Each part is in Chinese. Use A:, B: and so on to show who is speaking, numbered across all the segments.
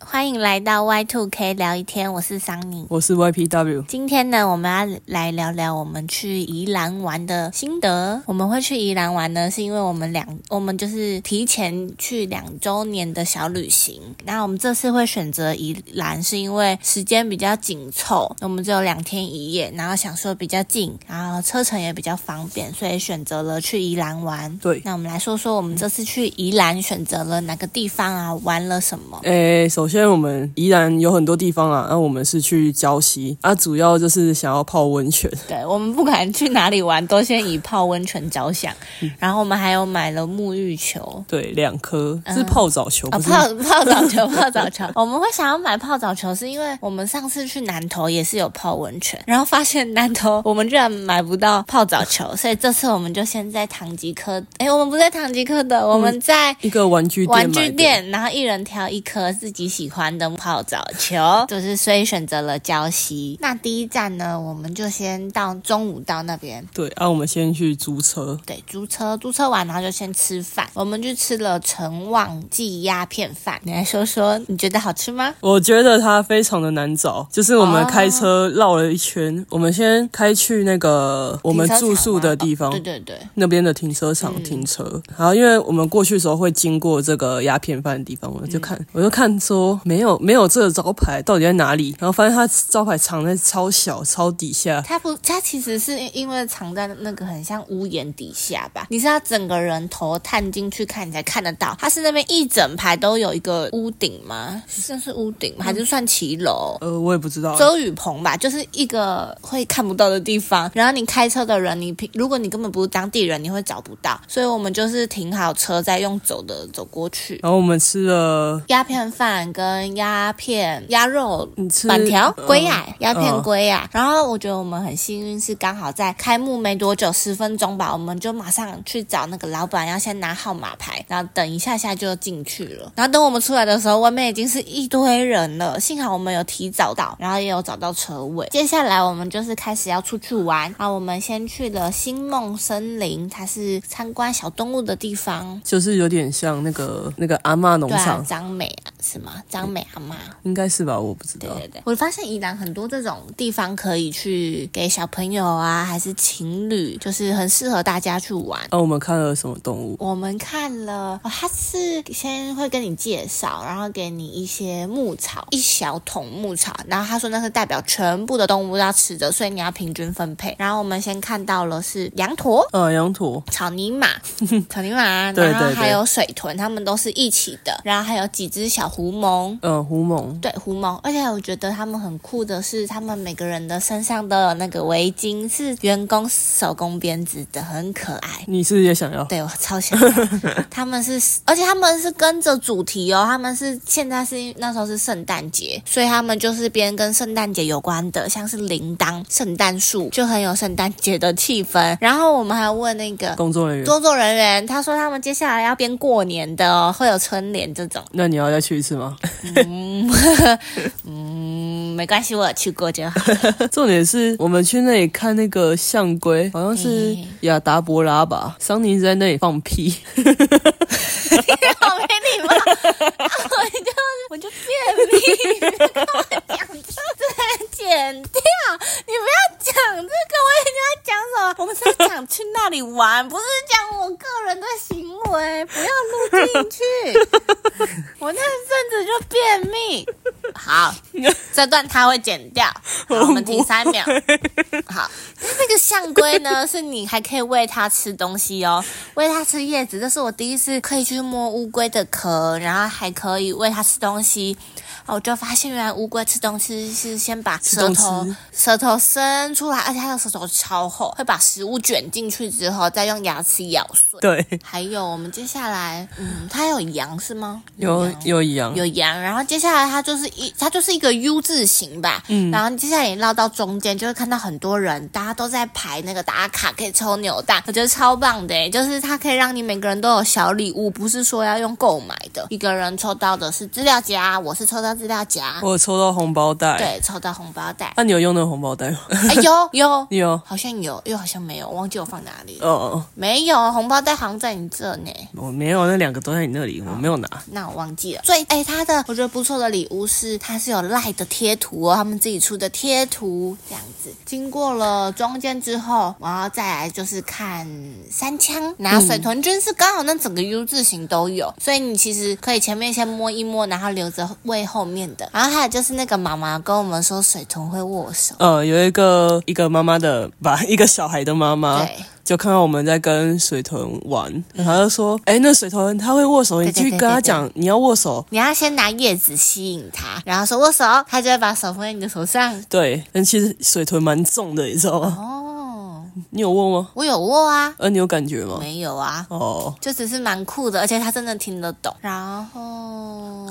A: 欢迎来到 Y Two K 聊一天，我是桑尼。
B: 我是 YPW，
A: 今天呢，我们要来聊聊我们去宜兰玩的心得。我们会去宜兰玩呢，是因为我们两，我们就是提前去两周年的小旅行。那我们这次会选择宜兰，是因为时间比较紧凑，我们只有两天一夜，然后想说比较近，然后车程也比较方便，所以选择了去宜兰玩。
B: 对
A: 那我们来说说我们这次去宜兰选择了哪个地方啊，玩了什么？
B: 诶，首先我们宜兰有很多地方啊，那、我们是去礁溪，啊，主要就是想要泡温泉，
A: 对我们不管去哪里玩，都先以泡温泉着想。然后我们还有买了沐浴球，
B: 对，两颗是泡澡球，
A: 啊、
B: 不是？
A: 泡泡澡球，泡澡球。 我们会想要买泡澡球，是因为我们上次去南投也是有泡温泉，然后发现南投我们居然买不到泡澡球，所以这次我们就先在唐吉诃，哎，我们不在唐吉诃德，我们在。
B: 一个玩具店，
A: 玩具，
B: 哦
A: 店，然后一人挑一颗自己喜欢的泡澡球，就是所以选择了礁溪。那第一站呢，我们就先到中午到那边，
B: 对，啊，我们先去租车，
A: 对，租车，租车完然后就先吃饭，我们去吃了陈旺记鸦片饭。你来说说，你觉得好吃吗？
B: 我觉得它非常的难找，就是我们
A: 哦
B: 开车绕了一圈，我们先开去那个我们
A: 停车场
B: 住宿的
A: 吗
B: 地方，
A: 哦对对对，
B: 那边的停车
A: 嗯
B: 场停车，然后因为我们过去的时候会经过这个鸦片贩的地方，我
A: 嗯
B: 就看，我就看说没有没有这个招牌到底在哪里，然后发现它招牌藏在超小超底下，
A: 它不，它其实是因为藏在那个很像屋檐底下吧，你是要整个人头探进去看，你才看得到。它是那边一整排都有一个屋顶吗？算是屋顶吗？
B: 嗯
A: 还是算骑楼？
B: 呃，我也不知道，
A: 遮雨棚吧，就是一个会看不到的地方。然后你开车的人，你平如果你根本不是当地人，你会找不到。所以我们就是停好车，再用走的走过去。
B: 然后我们吃了
A: 鸦片饭跟鸦片鸭肉
B: 你吃
A: 板条、
B: 嗯
A: 龟啊仔、鸦片
B: 嗯
A: 龟仔。然后我觉得我们很幸运，是刚好在开幕没多久，十分钟吧，我们就马上去找那个老板，要先拿号码牌，然后等一下下就进去了。然后等我们出来的时候，外面已经是一堆人了，幸好我们有提早到，然后也有找到车位。接下来我们就是开始要出去玩啊，我们先去了星梦森林，它是参观小动物的地方。
B: 就是有点像那个那个阿嬷农
A: 对啊
B: 场，，
A: 张美啊，是吗？张美阿妈。
B: 应该是吧，我不知道。
A: 对对啊对，我发现宜兰很多这种地方可以去给小朋友啊，还是情侣，就是很适合大家去玩。
B: 啊那、我们看了什么动物？
A: 我们看了，哦、它是先会跟你介绍，然后给你一些牧草，一小桶牧草，然后他说那是代表全部的动物要吃的，所以你要平均分配。然后我们先看到了是羊驼，
B: 呃，羊驼，
A: 草泥马， 草泥马，
B: 对
A: 然后
B: 对对
A: 还有水豚，它们都是一起的，然后还有几只小狐獴，
B: 呃，狐獴，
A: 对，狐獴，而且我觉得他们很酷的是，他们每个人的身上都有那个围巾，是员工手工编织的，很可爱。
B: 你是不是也想要？
A: 对我超想要，他们是，而且他们是跟着主题哦，他们是现在是那时候是圣诞节，所以他们就是编跟圣诞节有关的，像是铃铛、圣诞树，就很有圣诞节的气氛。然后我们还问那个
B: 工作人员，
A: 工作人员，他说他们接下来要编过年的哦，会有春联这种。
B: 那你要再去一次吗？
A: 嗯，没关系，我有去过就好。
B: 重点是我们去那里看那个象龟，好像是
A: 嗯
B: 亚达伯拉吧。桑尼一直在那里放 屁，
A: 好没礼貌，我就 我就便秘，你跟我讲这个剪掉，你不要讲这个，我已经要讲什么？我们是在讲去那里玩，不是讲我个人的行为，不要录进去。我那阵子就便秘，好，这段他会剪掉，好我们停三秒。好，那个象龟 呢，是你还可以喂它吃东西哦，喂它吃叶子，这是我第一次可以去摸乌龟的壳，然后还可以喂它吃东西。哦我就发现原来乌龟吃东西是先把
B: 吃
A: 舌
B: 东
A: 头
B: 西
A: 舌头伸出来，而且它的舌头超厚，会把食物卷进去之后，再用牙齿咬碎。
B: 对，
A: 还有我们接下来，嗯，它有羊是吗？
B: 有
A: 羊
B: 有羊，
A: 有羊，然后接下来它就是一，它就是一个 U 字形吧，嗯，然后接下来你绕到中间，就会看到很多人，大家都在排那个打卡，可以抽扭蛋，我觉得超棒的诶，就是它可以让你每个人都有小礼物，不是说要用购买的，一个人抽到的是资料夹，我是抽到资料夹，
B: 我有抽到红包袋。，
A: 对，抽到红包袋。
B: 那、你有用那个红包袋吗？
A: 哎，有有
B: 你有？
A: 好像有，又好像没有，忘记我放哪里。
B: 哦哦，
A: 没有，红包袋好像在你这呢，
B: 我没有，那两个都在你那里，我没有拿。
A: 那我忘记了。所以，哎，它的我觉得不错的礼物是，它是有赖的贴图哦，他们自己出的贴图这样子。经过了中间之后，然后再来就是看三枪拿水豚菌是刚好那整个 U 字形都有，所以你其实可以前面先摸一摸，然后留着喂后面的。然后还有就是那个妈妈跟我们说水豚会握手，
B: 呃，有一个一个妈妈的吧，一个小孩的妈妈，
A: 对。嗯
B: 就看到我们在跟水豚玩，然后她就说：“哎、那水豚它会握手，你
A: 对对
B: 去
A: 对
B: 跟它
A: 对对
B: 讲你要握手。
A: 你要先拿叶子吸引它，然后说握手，它就会把手放在你的手上”。
B: 对，但其实水豚蛮重的，你知道吗？
A: 哦，
B: 你有握吗？
A: 我有握啊，
B: 呃，你有感觉吗？
A: 没有啊，
B: 哦，
A: 就只是蛮酷的，而且它真的听得懂。然后，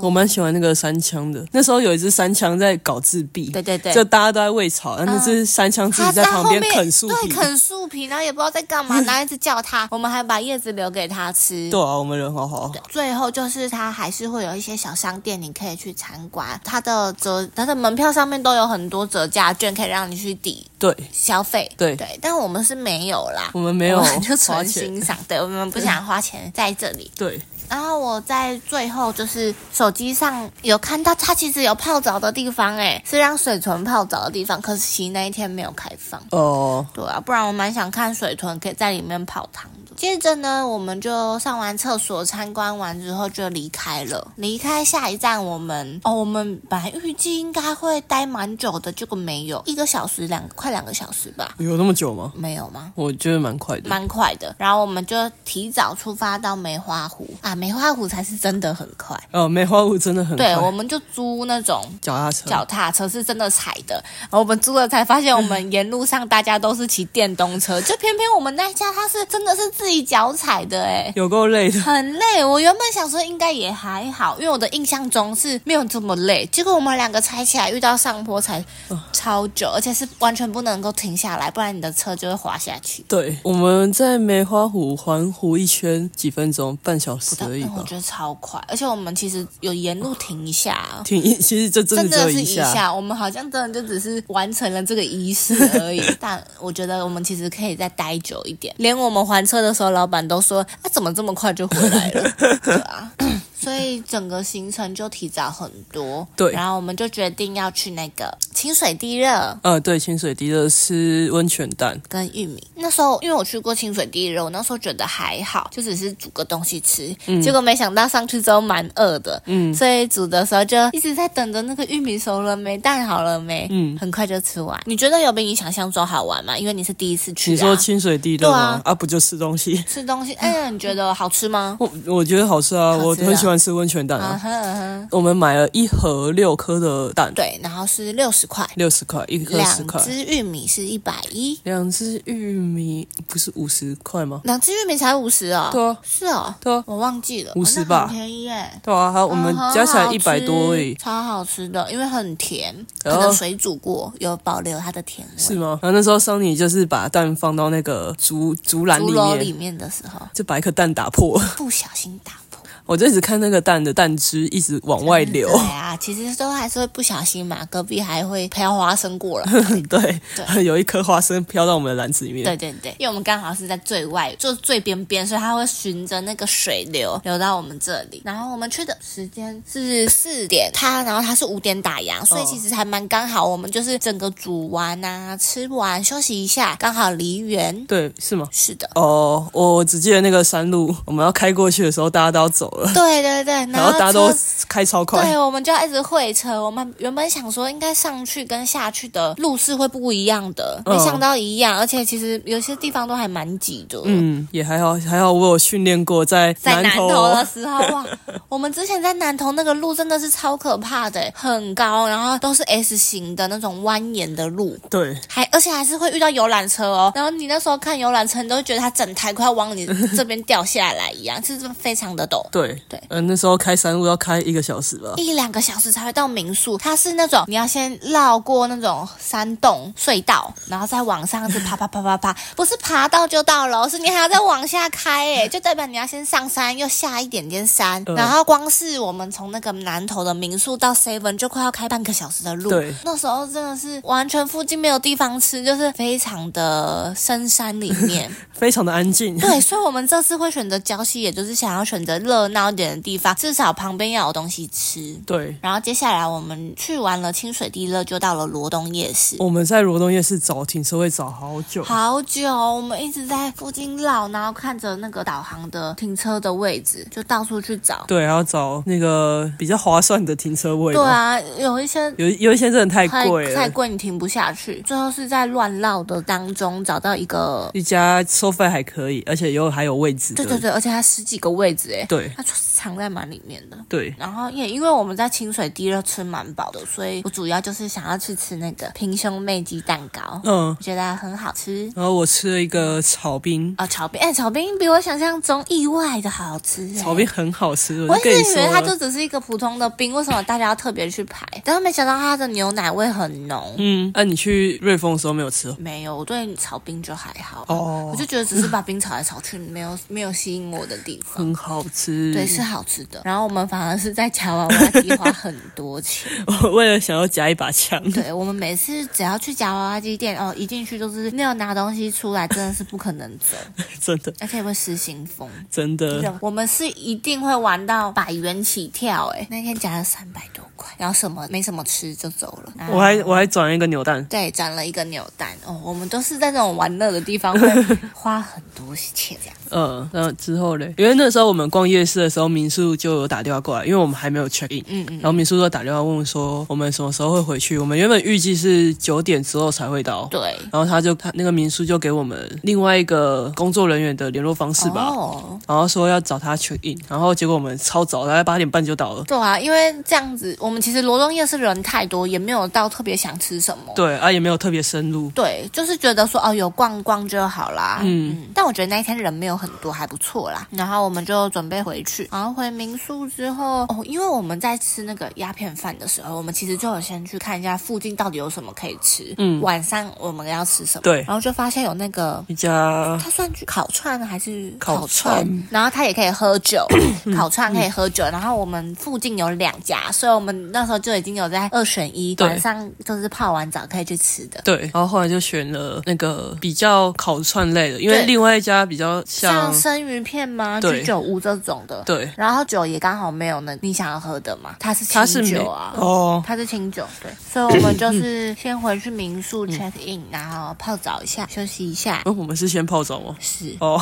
B: 我蛮喜欢那个三枪的。那时候有一只三枪在搞自闭，
A: 对对对
B: 就大家都在喂草，然后那只三枪自己
A: 它
B: 在旁
A: 后
B: 边
A: 面
B: 啃树
A: 对，
B: 皮。
A: 啃树皮，然后也不知道在干 嘛，然后一直叫它，我们还把叶子留给它吃。
B: 对啊，我们人好好。
A: 最后就是它还是会有一些小商店，你可以去参观，它的折它的门票上面都有很多折价券，可以让你去抵
B: 对，
A: 消费。
B: 对
A: 对，但我们是没有啦，
B: 我们没有
A: 我们就
B: 花
A: 纯
B: 钱。
A: 欣赏，对我们不想花钱在这里。
B: 对，
A: 然后我在最后就是手机上有看到，它其实有泡澡的地方，哎，是让水豚泡澡的地方，可惜那一天没有开放。
B: 哦、
A: 对啊，不然我蛮想看水豚可以在里面泡汤的。接着呢，我们就上完厕所，参观完之后就离开了。离开下一站，我们哦，我们本来预计应该会待蛮久的，结果没有，一个小时两快两个小时吧，
B: 有那么久吗？
A: 没有吗？
B: 我觉得蛮快的。
A: 蛮快的，然后我们就提早出发到梅花湖啊，梅花湖才是真的很快。
B: 哦，梅花鹿真的很快。
A: 对，我们就租那种
B: 脚踏车。
A: 脚踏车，是真的踩的。然后我们租了才发现，我们沿路上大家都是骑电动车，就偏偏我们那一家它是真的是自己脚踩的、 欸，
B: 有够累的。
A: 很累。我原本想说应该也还好，因为我的印象中是没有这么累。结果我们两个踩起来，遇到上坡才
B: 哦
A: 超久，而且是完全不能够停下来，不然你的车就会滑下去。
B: 对，我们在梅花湖环湖一圈几分钟，半小时而已
A: 嗯但我
B: 吧。
A: 觉得超快，而且我们其实有沿路停一下、啊。
B: 挺，其实这真
A: 真
B: 的只有
A: 的是
B: 一
A: 一下，我们好像真的就只是完成了这个仪式而 已。但我觉得我们其实可以再待久一点。连我们还车的时候，老板都说：“啊，怎么这么快就回来了？” 对 啊，所以整个行程就提早很多。
B: 对
A: 然后我们就决定要去那个清水地热。
B: 呃，对，清水滴的是温泉蛋，
A: 跟玉米，那时候因为我去过清水地热，我那时候觉得还好，就只是煮个东西吃。结果没想到上去之后蛮饿的，
B: 嗯
A: 所以煮的时候就一直在等着那个玉米熟了没，蛋好了没，
B: 嗯
A: 很快就吃完。你觉得有比你想象中好玩吗？因为你是第一次去、啊，
B: 你说清水滴的吗？
A: 对啊
B: 不就吃东西？
A: 吃东西，嗯，你觉得好吃吗？
B: 我我觉得好吃啊，
A: 好
B: 我
A: 吃啊
B: 很喜欢吃温泉蛋
A: 啊
B: 啊。
A: 哼啊哼，
B: 我们买了一盒六颗的蛋，
A: 对，然后是六十块，
B: 六十块，一颗十
A: 两
B: 块。
A: 只玉米是一百一，
B: 两只玉米不是五十块吗？
A: 两只玉米才五十哦，
B: 对啊，
A: 是哦，
B: 对啊，
A: 我忘记了，
B: 50
A: 哦那
B: 吧
A: 很便宜耶。
B: 对啊，好，我们
A: 嗯
B: 加起来
A: 很好
B: 一百多而
A: 吃
B: 已，
A: 超好吃的，因为很甜，
B: 然
A: 可
B: 后
A: 能水煮过有保留它的甜
B: 是
A: 味。
B: 吗？然后那时候桑尼就是把蛋放到那个竹竹篮
A: 竹
B: 里
A: 篓
B: 面，
A: 里面的时候
B: 就把一颗蛋打破。
A: 不小心打破，
B: 我就一直看那个蛋的蛋汁一直往外流
A: 对，啊，其实都还是会不小心嘛，隔壁还会飘花生过 了。
B: 对，
A: 对
B: 有一颗花生飘到我们的篮子里面。
A: 对对对，因为我们刚好是在最外，就最边边，所以它会循着那个水流流到我们这里。然后我们去的时间是四点，它然后它是五点打烊，
B: 嗯
A: 所以其实还蛮刚好。我们就是整个煮完啊，吃完休息一下，刚好离园。
B: 对，是吗？
A: 是的，
B: 哦，我只记得那个山路，我们要开过去的时候，大家都要走 了，
A: 对对对，然
B: 然后大家都
A: 车
B: 开超快
A: 对，。我们就要一直会车。我们原本想说，应该上去跟下去的路是会不一样的，
B: 嗯
A: 没想到一样，而且其实有些地方都还蛮挤的。
B: 嗯，也还好，还好我有训练过在
A: 在南
B: 头。
A: 投的时候，哇， 我们之前在南投那个路真的是超可怕的，很高，然后都是 S 型的那种蜿蜒的路，
B: 对，
A: 还而且还是会遇到游览车哦。然后你那时候看游览车，你都觉得它整台快要往你这边掉下来一样， 是非常的陡。
B: 对
A: 对
B: 嗯、那时候开山路要开一个小时吧。
A: 一两个小时才会到民宿，它是那种你要先绕过那种山洞隧道，然后再往上去爬爬爬爬爬，不是爬到就到了哦，是你还要再往下开诶，就代表你要先上山，又下一点点山，
B: 嗯
A: 然后光是我们从那个南头的民宿到 Seven 就快要开半个小时的路，
B: 对
A: 那时候真的是完全附近没有地方吃，就是非常的深山里 面，
B: 非常的安静。
A: 对，所以我们这次会选择礁溪，也就是想要选择热闹一点的地方，至少旁边要有东西吃。
B: 对，
A: 然后接下来我们去完了清水地热，就到了罗东夜市。
B: 我们在罗东夜市找停车位找好久，
A: 好久，我们一直在附近绕，然后看着那个导航的停车的位置，就到处去找。
B: 对，还要找那个比较划算的停车位。
A: 对，啊，有一些
B: 有有一些真的太
A: 太
B: 贵
A: 太
B: 了，
A: 贵，你停不下去。最后是在乱绕的当中找到一个，
B: 一家收费还可以，而且有还有位置的。
A: 对对对，而且它十几个位置诶，
B: 对
A: 它就是藏在蛮里面的。
B: 对
A: 然后也因为我们在清水地热吃蛮饱的，所以我主要就是想要去吃那个平胸妹鸡蛋糕，
B: 嗯
A: 我。觉得很好吃。
B: 然后我吃了一个炒冰，
A: 啊、炒冰，哎、炒冰比我想象中意外的好吃、哎
B: 炒冰。很好吃，
A: 嗯我
B: 我
A: 一
B: 就跟你
A: 直以
B: 说啊
A: 为它
B: 了。
A: 就只是一个普通的冰，为什么大家要特别去排？但是没想到它的牛奶味很浓。
B: 嗯，那、你去瑞丰的时候没有吃哦？
A: 没有，我对炒冰就还好。
B: 哦
A: 我就觉得只是把冰炒来炒去，没有没有吸引我的地方。
B: 很好吃，
A: 对，是好吃的。然后我们反而是在夹娃娃机花很多钱。
B: 我为了想要夹一把枪，
A: 对我们每次只要去夹娃娃机店，哦，一进去都是没有拿东西出来，真的是不可能走，
B: 真的
A: 而且会失心疯。
B: 真的，
A: 我们是一定会玩到百元起跳、欸，哎，那天夹了三百多块，然后什么没什么吃就走了。然后
B: 我还我还转了一个扭蛋，
A: 对转了一个扭蛋哦，我们都是在这种玩乐的地方会花很多钱这样。
B: 嗯，然后之后嘞，因为那时候我们逛夜市的时候，民宿就有打电话过来，因为我们还没有 check in，
A: 嗯嗯，
B: 然后民宿就打电话问说我们什么时候会回去，我们原本预计是九点之后才会到。
A: 对。
B: 然后他就他那个民宿就给我们另外一个工作人员的联络方式吧，
A: 哦，
B: 然后说要找他 check in，然后结果我们超早，大概八点半就到了。
A: 对啊，因为这样子，我们其实罗东夜市人太多，也没有到特别想吃什么。
B: 对啊，也没有特别深入。
A: 对，就是觉得说哦，有逛逛就好啦。嗯但我觉得那一天人没有很多，还不错啦。然后我们就准备回去，然后回民宿之后，哦，因为我们在吃那个鸦片饭的时候，我们其实就有先去看一下附近到底有什么可以吃。嗯，晚上我们要吃什么？
B: 对
A: 然后就发现有那个。
B: 一家
A: 它算烤串还是
B: 烤串
A: 然后它也可以喝酒， 烤串可以喝酒。然后我们附近有两家，所以我们那时候就已经有在二选一，
B: 对
A: 晚上就是泡完澡可以去吃的。
B: 对，然后后来就选了那个比较烤串类的，因为
A: 对
B: 另外一家比较像
A: 像生鱼片吗？
B: 对
A: 居酒屋这种的。。
B: 对，
A: 然后酒也刚好没有那你想要喝的嘛，它是
B: 它是
A: 清
B: 没
A: 酒啊。
B: 哦，
A: 它是清酒，对，所以我们就是先回去民宿 check in，、然后泡澡一下，休息一下。
B: 嗯嗯我们是先泡澡吗？
A: 是，
B: 哦，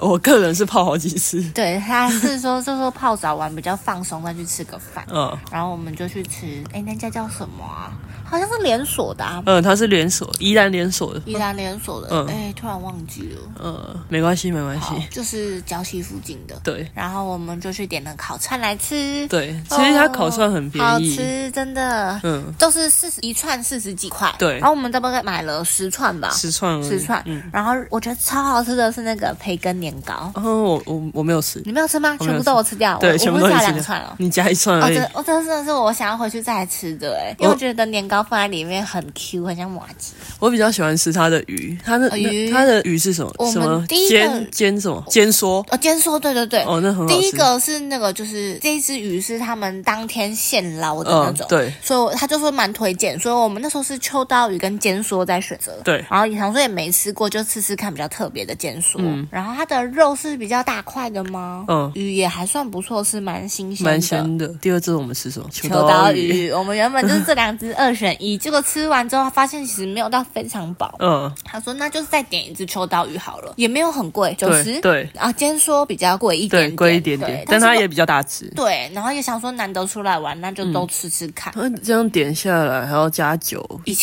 B: 我个人是泡好几次，
A: 对，他是说就说泡澡完比较放松，再去吃个饭。
B: 嗯
A: 然后我们就去吃，哎，那家叫什么啊？好像是连锁的啊，
B: 嗯，它是连锁，依然连锁的，
A: 宜兰连锁的
B: 嗯。
A: 哎、突然忘记了，
B: 呃，没关系没关
A: 好
B: 系，，
A: 就是礁溪附近的。
B: 对
A: 然后我们就去点了烤串来吃。
B: 对，其实它烤串很
A: 哦好
B: 便宜，
A: 吃，真的，
B: 嗯，
A: 都是四十一串四十几块。
B: 对
A: 然后我们大概买了十串吧，
B: 十串而已
A: 十串。
B: 嗯，
A: 然后我觉得超好吃的是那个培根年糕，
B: 然后我我我没有吃，
A: 你没有吃吗？
B: 我
A: 全
B: 没有
A: 部
B: 吃
A: 都我吃掉，我
B: 对，
A: 啊我
B: 全部
A: 不
B: 都
A: 是
B: 你
A: 加
B: 吃
A: 两
B: 掉 哎
A: 串哦。
B: 你加一串
A: 哦，
B: 而已
A: 真，的，我、真的真的是我想要回去再来吃的哎，
B: 哦
A: 因为我觉得年糕放在里面很 Q，很像麻吉。
B: 我比较喜欢吃它的鱼，它的
A: 哦鱼
B: 它的鱼是什么
A: 我？们
B: 什么
A: 第一个
B: 煎煎什么煎梭？
A: 哦，今天说对对对，
B: 哦，那很好吃。
A: 第一个是那个，就是这只鱼是他们当天现捞的那种，
B: 嗯对
A: 所以我他就说蛮推荐，所以我们那时候是秋刀鱼跟尖梭在选择，
B: 对
A: 然后也想说也没吃过，就吃吃看比较特别的尖梭，然后它的肉是比较大块的吗？
B: 嗯
A: 鱼也还算不错，是蛮新鲜的，
B: 蛮香的。第二只我们吃什么？秋
A: 秋刀
B: 鱼。
A: 鱼，我们原本就是这两只二选一，结果吃完之后发现其实没有到非常饱，
B: 嗯，
A: 他说那就是再点一只秋刀鱼好了，也没有很贵，九十
B: 对对
A: 啊，今天说比较贵一点
B: 对，
A: 点，
B: 贵一点点
A: 对，
B: 但
A: 是
B: 它
A: 我
B: 也比嗯较大只。
A: 对，然后也想说难得出来玩，那就都吃吃看。
B: 它这样点下来还要加酒，
A: 1200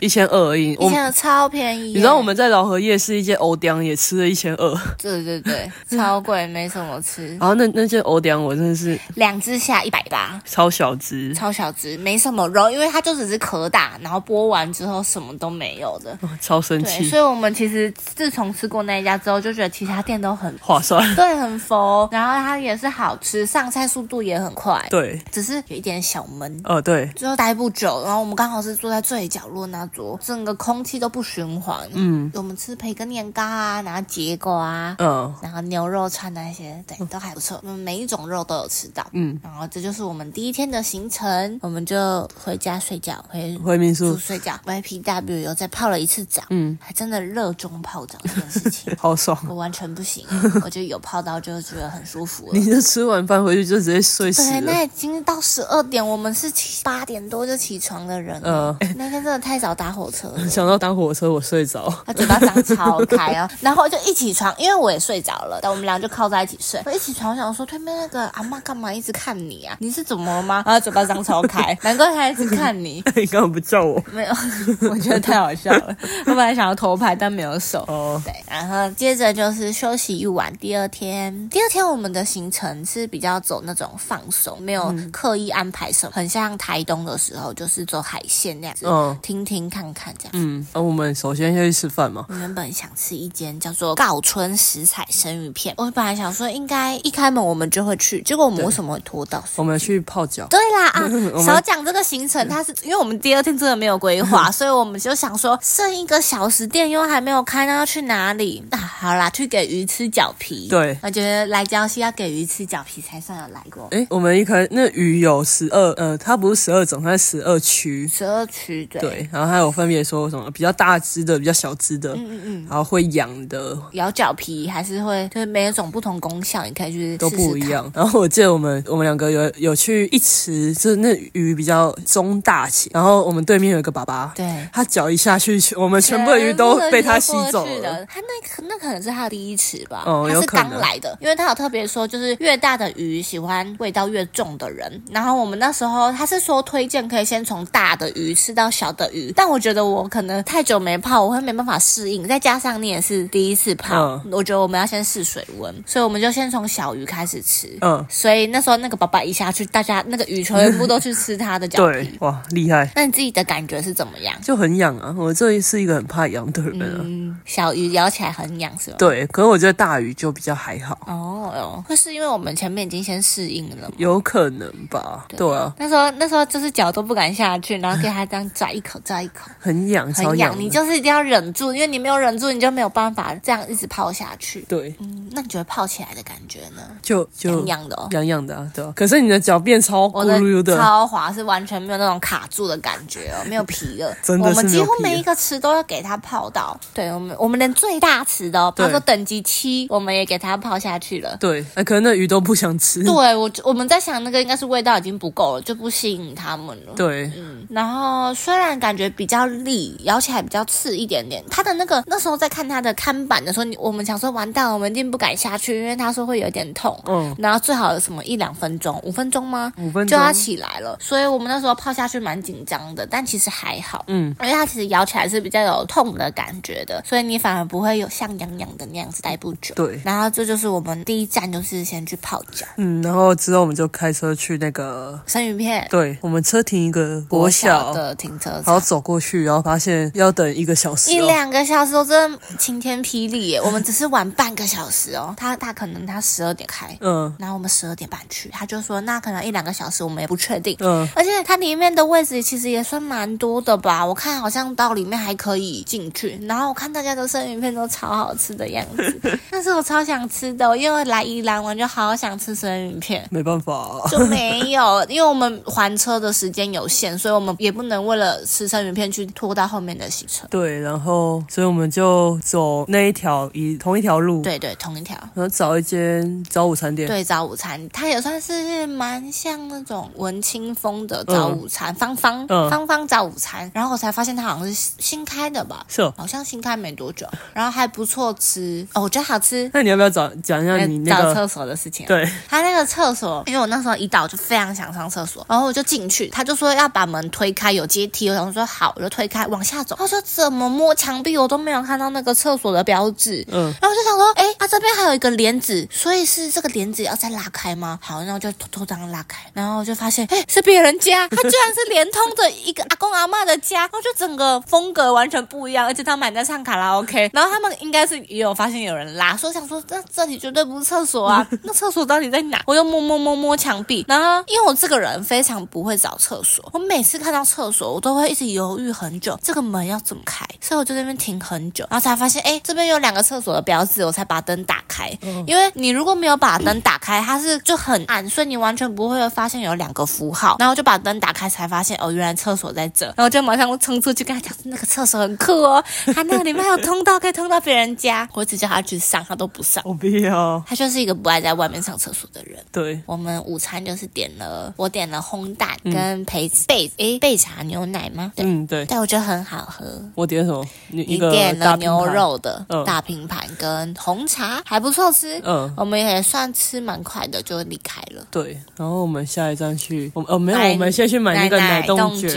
B: 一千二而已。
A: 以
B: 我
A: 前的超便宜耶，
B: 你知道我们在饶河夜市一间欧雕也吃了一千二，
A: 对对 对，超贵，没什么吃，
B: 然后那那间欧雕我真的是
A: 两只下一百八，
B: 超小只，
A: 超小只，没什么肉，因为它就只只是可打，然后播完之后什么都没有的。
B: 哦超生
A: 对，
B: 气
A: 所，以我们其实自从吃过那一家之后，就觉得其他店都很
B: 划算。
A: 对，很佛，哦然后它也是好吃，上菜速度也很快，
B: 对，
A: 只是有一点小闷。
B: 哦对，
A: 最后待不久，然后我们刚好是坐在最角落那桌，整个空气都不循环。嗯，我们吃培根年糕啊，然后节瓜啊，
B: 嗯，
A: 然后牛肉串那些，对，都还不错。我们每一种肉都有吃到。
B: 嗯，
A: 然后这就是我们第一天的行程，我们就回家睡觉，回
B: 回民
A: 住
B: 宿。
A: 睡觉。YPW 又再泡了一次澡，嗯，还真的热衷泡澡这件事情
B: 好爽。
A: 我完全不 行，我就有泡到就觉得很舒服了
B: 你。就吃完饭回去就直接睡死
A: 对，
B: 了。
A: 那已经到十二点，我们是七八点多就起床的人。
B: 嗯。
A: 嗯，那天真的太早打火车了
B: 想到搭火车我睡着，
A: 他嘴巴张超开哦， 然后就一起床，因为我也睡着了，但我们俩就靠在一起睡。我一起床，我想说对面那个阿妈干嘛一直看你 啊？你是怎么了吗？然后嘴巴张超开， 难怪他一直看 你。
B: 你干嘛不叫我？
A: 没有， 我觉得太好笑 了。我本来想要偷拍，但没有手。
B: 哦，
A: 对，然后接着就是休息一晚。第二天，第二天我们的行程是比较走那种放松，没有刻意安排什么，很像台东的时候，就是走海线那样子，
B: 嗯
A: 听听看看这样。
B: 嗯，那、我们首先先去吃饭嘛。
A: 我原本想吃一间叫做告春食彩生鱼片，我本来想说应该一开门我们就会去，结果我们为什么会拖到？
B: 我们去泡脚，
A: 对啦啊
B: 我，们
A: 少讲这个行程，它是因为我们第二天真的没有规划， 所以我们就想说剩一个小时，店又还没有开，那要去哪里？那、好啦，去给鱼吃脚皮。
B: 对
A: 我觉得来礁溪要给鱼吃脚皮才算有来过。
B: 诶，我们一开那鱼有十二，呃，它不是十二种，它是十二区。
A: 十二区对，
B: 对，然后还有分别说什么比较大只的、比较小只的，嗯嗯嗯，然后会养的
A: 咬脚皮还是会，就是每一种不同功效，你可以去
B: 都
A: 试试
B: 不一
A: 看。
B: 样。然后我记得我们我们两个有有去一池，就是那鱼比较中大型，然后我们对面有一个爸爸，
A: 对
B: 他脚一下去，我们全部的鱼都被他吸
A: 全部的鱼
B: 走
A: 都过去
B: 了。
A: 了。他那可那可能是他的第一池吧，
B: 哦
A: 他
B: 有
A: 是
B: 可能
A: 刚来的，因为他有特别说，就是越大的鱼喜欢味道越重的人。然后我们那时候他是说推荐可以先从大的鱼吃到小的鱼，但我觉得我可能太久没泡，我会没办法适应，再加上你也是第一次泡，
B: 嗯
A: 我觉得我们要先试水温，所以我们就先从小鱼开始吃。
B: 嗯，
A: 所以那时候那个爸爸一下去，大家那个鱼全部都去吃他的脚
B: 对
A: 皮。，
B: 哇，厉害，
A: 那你自己的感觉是怎么样？
B: 就很痒啊！我这是一个很怕痒的人啊。
A: 嗯，小鱼咬起来很痒是吗？
B: 对，可是我觉得大鱼就比较还好，
A: 哦哟，会是因为我们前面已经先适应了吗？
B: 有可能吧？对啊，
A: 那时候那时候就是脚都不敢下去，然后给它这样抓一口抓一口，
B: 很痒，超
A: 很
B: 痒
A: 痒。
B: 的。
A: 你就是一定要忍住，因为你没有忍住，你就没有办法这样一直泡下去。
B: 对，
A: 嗯，那你觉得泡起来的感觉呢？
B: 就就
A: 痒痒的哦。
B: 痒痒的、啊，对啊。可是你的脚变超
A: 我
B: 咕
A: 的
B: 噜噜的，啊
A: 超滑是完全没有那种卡住的感觉 哦，没有皮了。
B: 真的
A: 我
B: 是
A: 们
B: 没
A: 几
B: 有
A: 乎
B: 皮
A: 每一
B: 了
A: 个池都要给它泡到。对我们，我们连最大池的、哦，比
B: 对
A: 如说等级七，我们也给它泡下去了。
B: 对，哎可能那鱼都不想 吃。
A: 对我，我们在想那个应该是味道已经不够了，就不吸引他们了。嗯
B: 对，
A: 然后虽然感觉比较利，咬起来比较刺一点点，它的那个那时候在看它的看板的时候，你我们想说完蛋了，我们一定不敢下去，因为他说会有点痛。
B: 嗯，
A: 然后最好有什么一两分钟，五分钟吗？
B: 五分
A: 就
B: 钟
A: 要起来了，所以我们那时候泡下去蛮紧张的，但其实还好，
B: 嗯，
A: 因为它其实咬起来是比较有痛的感觉的，所以你反而不会有像痒痒的那样子待不久。
B: 对
A: 然后这就是我们第一站，就是先去泡脚
B: 嗯，然后之后我们就开车去那个，
A: 生鱼片，
B: 对我们车停一个国
A: 小
B: 小，
A: 的停车场
B: 然后。走过去，然后发现要等一个小时、
A: 一
B: 哦。
A: 两个小时，我真的晴天霹雳 耶！我们只是晚半个小时哦，他他可能他十二点开，
B: 嗯
A: 然后我们十二点半去，他就说那可能一两个小时，我们也不确定。
B: 嗯，
A: 而且它里面的位置其实也算蛮多的吧，我看好像到里面还可以进去。然后我看大家的生鱼片都超好吃的样 子，但是我超想吃的哦，因为来宜兰玩就好想吃生鱼片。
B: 没办法、啊，
A: 就没有，因为我们还车的时间有限，所以我们也不能为了吃生鱼片去拖到后面的行程。
B: 对，然后所以我们就走那一条一同一条路，
A: 对对，同一条。
B: 然后找一间早午餐店，
A: 对早午餐，它也算是蛮像那种文青风的早午餐，芳芳、
B: 嗯
A: 芳芳早午餐。然后我才发现它好像是新新开的吧，
B: 是哦。
A: 好像新开没多久，然后还不错吃哦，我觉得好吃。
B: 那你要不要讲讲一下你那
A: 找
B: 个？
A: 厕所的事情啊、
B: 对，
A: 他那个厕所，因为我那时候一到就非常想上厕所，然后我就进去，他就说要把门推开，有阶梯，我想说好，我就推开往下走。他说怎么摸墙壁，我都没有看到那个厕所的标志，
B: 嗯
A: 然后我就想说，哎，啊这边面还有一个帘子，所以是这个帘子要再拉开吗？好，那我就偷偷这样拉开，然后就发现，哎，是别人家，它居然是连通着一个阿公阿嬷的家，然后就整个风格完全不一样，而且他们还在唱卡拉 OK，然后他们应该是也有发现有人拉，所以我想说这这里绝对不是厕所啊，那厕所到底在哪？我就摸摸摸摸墙壁，然后因为我这个人非常不会找厕所，我每次看到厕所我都会一直犹豫很久，这个门要怎么开，所以我就在那边停很久，然后才发现，哎，这边有两个厕所的标志，我才把灯打开，因为你如果没有把灯打开，它是就很暗，所以你完全不会发现有两个符号，然后就把灯打开才发现，哦，原来厕所在这，然后就马上冲出去跟他讲，那个厕所很酷哦，他那个里面还有通道可以通到别人家，我只叫他去上，他都不上。
B: 我不要。
A: 他就是一个不爱在外面上厕所的人。
B: 对，
A: 我们午餐就是点了，我点了烘蛋跟焙焙诶焙茶牛奶吗？对，
B: 嗯，对，
A: 但我觉得很好喝。
B: 我点什么？你一
A: 你
B: 个
A: 点了
B: 大拼
A: 牛
B: 盘，
A: 肉的
B: 嗯
A: 大拼盘跟红茶，还不错吃。
B: 嗯
A: 我们也算吃蛮快的，就离开了。
B: 对。然后我们下一站去，我们呃没
A: 买
B: 有，我们先去买那个
A: 奶
B: 冻
A: 卷，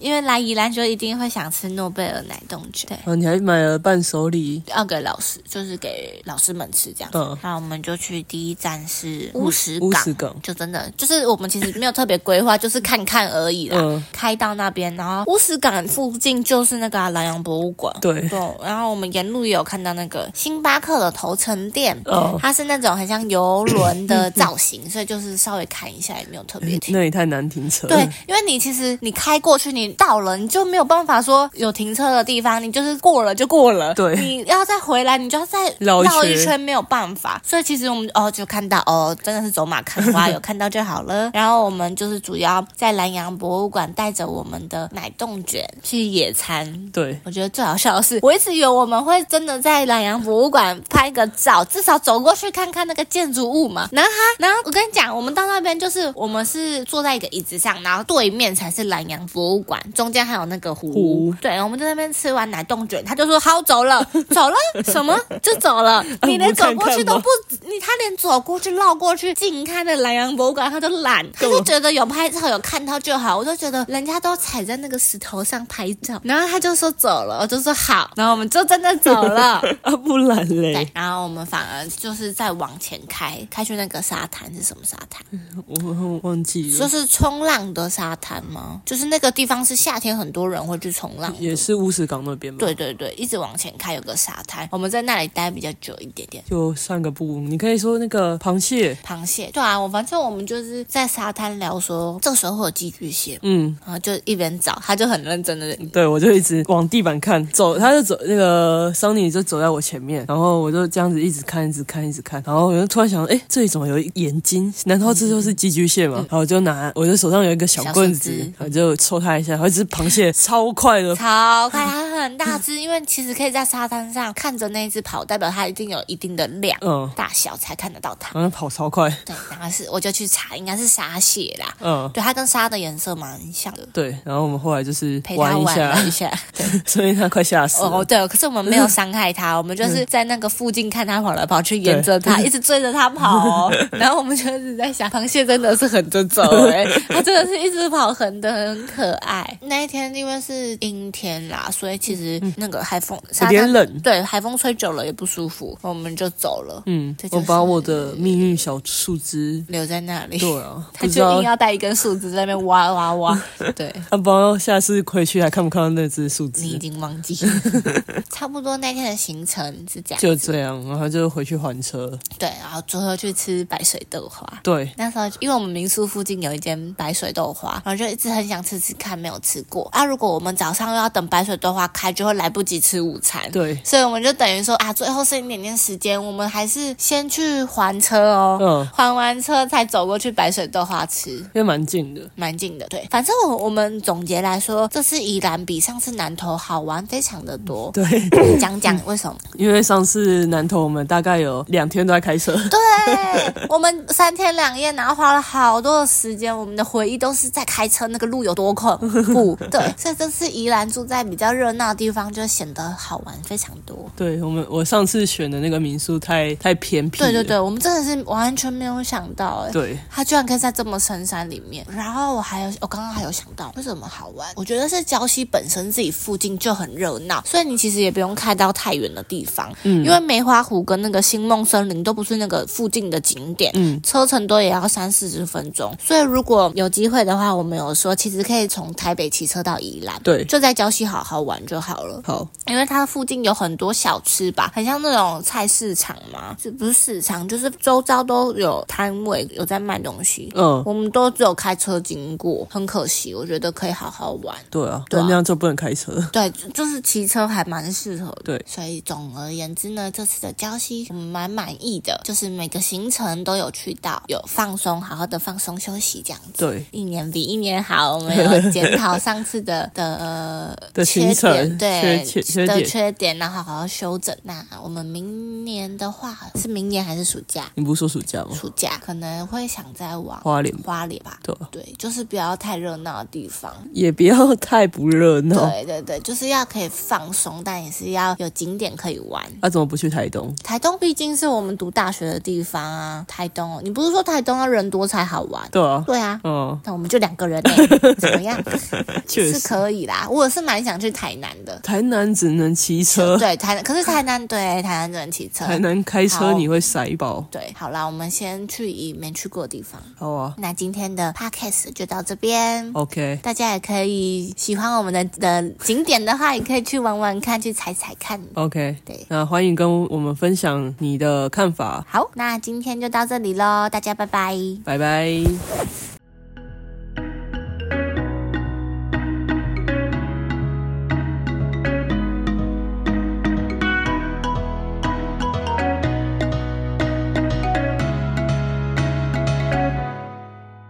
A: 因为来宜兰就一定会想吃诺贝尔奶冻卷。对。
B: 哦，你还买了伴手礼，
A: 要给老师，就是给老师们吃这样子。
B: 嗯
A: 那我们就去第一站是乌石
B: 乌
A: 港，
B: 石港
A: 就真的就是我们其实没有特别规划，就是看看而已啦。
B: 嗯
A: 开到那边，然后乌石港附近就是那个啊南洋博物馆。
B: 对，
A: 对，然后我们沿路也有看到那个星巴克的头层店，
B: 哦
A: 它是那种很像游轮的造型，所以就是稍微看一下也没有特别停。
B: 那也太难停车。
A: 对，因为你其实你开过去，你到了，你就没有办法说有停车的地方，你就是过了就 过了。
B: 对
A: 你要再回来，你就要再
B: 绕一圈
A: 绕一圈，没有办法。所以其实我们哦，就看到哦，真的是走马看花，有看到就好了。然后我们就是主要在南洋博物馆带着我们的奶冻卷去野餐。
B: 对，
A: 我觉得最好笑的是，我一直以为我们会真的在南洋博物馆拍个照，至少走过去看看那个建筑物嘛。然后他，然后我跟你讲，我们到那边就是我们是坐在一个椅子上，然后对面才是南洋博物馆，中间还有那个湖。
B: 湖
A: 对，我们在那边吃完奶冻卷，他就说好走了，走了什么就走了，你连走过去都不，你他连走过去绕过去近看的南洋博物馆他都懒，他
B: 干嘛
A: 就觉得有拍照有看到就好，我就觉得人家都踩在那个石头上拍照，然后他就说走了，我就说好，然后我们就真的走了。
B: 啊，不然
A: 对
B: 嘞，，
A: 然后我们反而就是再往前开，开去那个沙滩是什么沙滩？
B: 我我忘记
A: 就
B: 了，
A: 是冲浪的沙滩吗？就是那个地方是夏天很多人会去冲浪的，
B: 也是乌石港那边吧？
A: 对，对对，一直往前开有个沙滩，我们在那里待比较久一点点。
B: 就散个步。你可以说那个螃蟹，
A: 螃蟹，对啊，我反正我们就是在沙滩聊说，这时候会有寄居蟹，
B: 嗯，
A: 然后就一边找，他就很认真 的，
B: 对，我就一直往地板看，走，他就走，那个桑尼就走在我前面，然后我就这样子一直看，一直看，一直看，然后我就突然想，哎，这里怎么有一眼睛？难道这就是寄居蟹吗？然后我就拿，我就手上有一个小棍子
A: 嗯小绳子，
B: 我就抽它一下，然后一只螃蟹超快的，
A: 超快，它很大只，因为其实可以在沙滩上看着那一只跑，代表它一定有一定的量、
B: 嗯，
A: 大小才看得到它。
B: 好像跑超快，
A: 对，然后是我就去查，应该是沙蟹啦。
B: 嗯。
A: 对，它跟沙的颜色蛮像的，
B: 对，然后我们后来就是
A: 陪它
B: 玩一
A: 玩
B: 下
A: 了，一下。
B: 所以他快吓死了。
A: 哦，对，可是我们没有伤害它，我们就是在那个附近看它跑来跑去，沿着它一直追着它跑、 哦。然后我们就一直在想，螃蟹真的是横着走 哎、它真的是一直跑横的，很可爱。那一天因为是阴天啦，所以其实那个海风沙滩
B: 点冷
A: 对，海风吹久了也不舒服，我们就走了，
B: 嗯
A: 这，就是
B: 我把我的命运小树枝，
A: 留在那里。
B: 对啊，
A: 他
B: 不知
A: 就
B: 道
A: 硬要带一根树枝在那边挖挖挖， 对。
B: 他啊不知道下次回去还看不看到那只树
A: 你
B: 枝
A: 已。经忘 记，差不多那天的行程是这样，
B: 就这样，然后就回去还车。
A: 对，然后最后去吃白水豆花。
B: 对，
A: 那时候因为我们民宿附近有一间白水豆花，然后就一直很想吃吃看，没有吃过啊。如果我们早上又要等白水豆花开，就会来不及吃午餐。。
B: 对，
A: 所以我们就等于说啊，最后剩一点点时间，我们还是先去还车哦。
B: 嗯
A: 还完车才走过去白水豆花吃。
B: 因为蛮近的。
A: 蛮近的，对，反正我我们总结来说，这次宜兰比上次南投好玩非常的多。
B: 对，
A: 讲讲为什么？
B: 因为上次南投我们大概有两天都在开车，
A: 对我们三天两夜，然后花了好多的时间，我们 的回忆都是在开车那个路有多恐怖。对，所以这次宜兰住在比较热闹到的地方就显得好玩非常多。
B: 对我们，我上次选的那个民宿太太偏僻了。
A: 对对对，我们真的是完全没有想到、哎，
B: 对
A: 它居然可以在这么深山里面。然后我还有，我刚刚还有想到为什么好玩，我觉得是礁溪本身自己附近就很热闹，所以你其实也不用开到太远的地方，嗯，因为梅花湖跟那个星梦森林都不是那个附近的景点，
B: 嗯，
A: 车程都也要三四十分钟。所以如果有机会的话，我们有说其实可以从台北骑车到宜兰，
B: 对
A: 就在礁溪好好玩就好了。
B: 好，
A: 因为它附近有很多小吃吧，很像那种菜市场嘛，是不是市场？就是周遭都有摊位有在卖东西。
B: 嗯，
A: 我们都只有开车经过，很可惜，我觉得可以好好玩。
B: 对啊，
A: 对啊
B: 但那样就不能开车。
A: 对，就就是骑车还蛮适合的。
B: 对
A: 所以总而言之呢，这次的礁溪我们蛮满意的，就是每个行程都有去到，有放松，好好的放松休息这样子。
B: 对，
A: 一年比一年好，我们有检讨上次 的的
B: 的
A: 缺
B: 行程
A: 点，对
B: 缺缺缺
A: 的
B: 点
A: 缺点，然后好好修整。那我们明年的话是明年还是暑假？
B: 你不是说暑假吗？
A: 暑假可能会想再往
B: 花莲吧
A: 花莲吧，
B: 对啊，
A: 对，就是不要太热闹的地方。
B: 也不要太不热闹。
A: 对对对，就是要可以放松，但也是要有景点可以玩。
B: 那、啊怎么不去台东？
A: 台东毕竟是我们读大学的地方啊，台东哦，你不是说台东要人多才好玩？
B: 对啊，
A: 对啊，
B: 嗯，
A: 那我们就两个人、 欸，怎么样？
B: 确
A: 是
B: 实，
A: 可以啦。我是蛮想去台南的，
B: 台南只能骑车，
A: 对台南，可是台南对台南只能骑车。
B: 台南开
A: 好
B: 车你会塞爆。
A: 对，好啦，我们先去以没去过的地方。
B: 好啊
A: 那今天的 podcast 就到这边。
B: ，OK，
A: 大家也可以喜欢我们的的景点的话，也可以去玩玩看，去踩踩看。
B: OK，
A: 对
B: 那欢迎跟我们分享你的看法，
A: 好，那今天就到这里喽，大家拜拜。
B: 拜拜。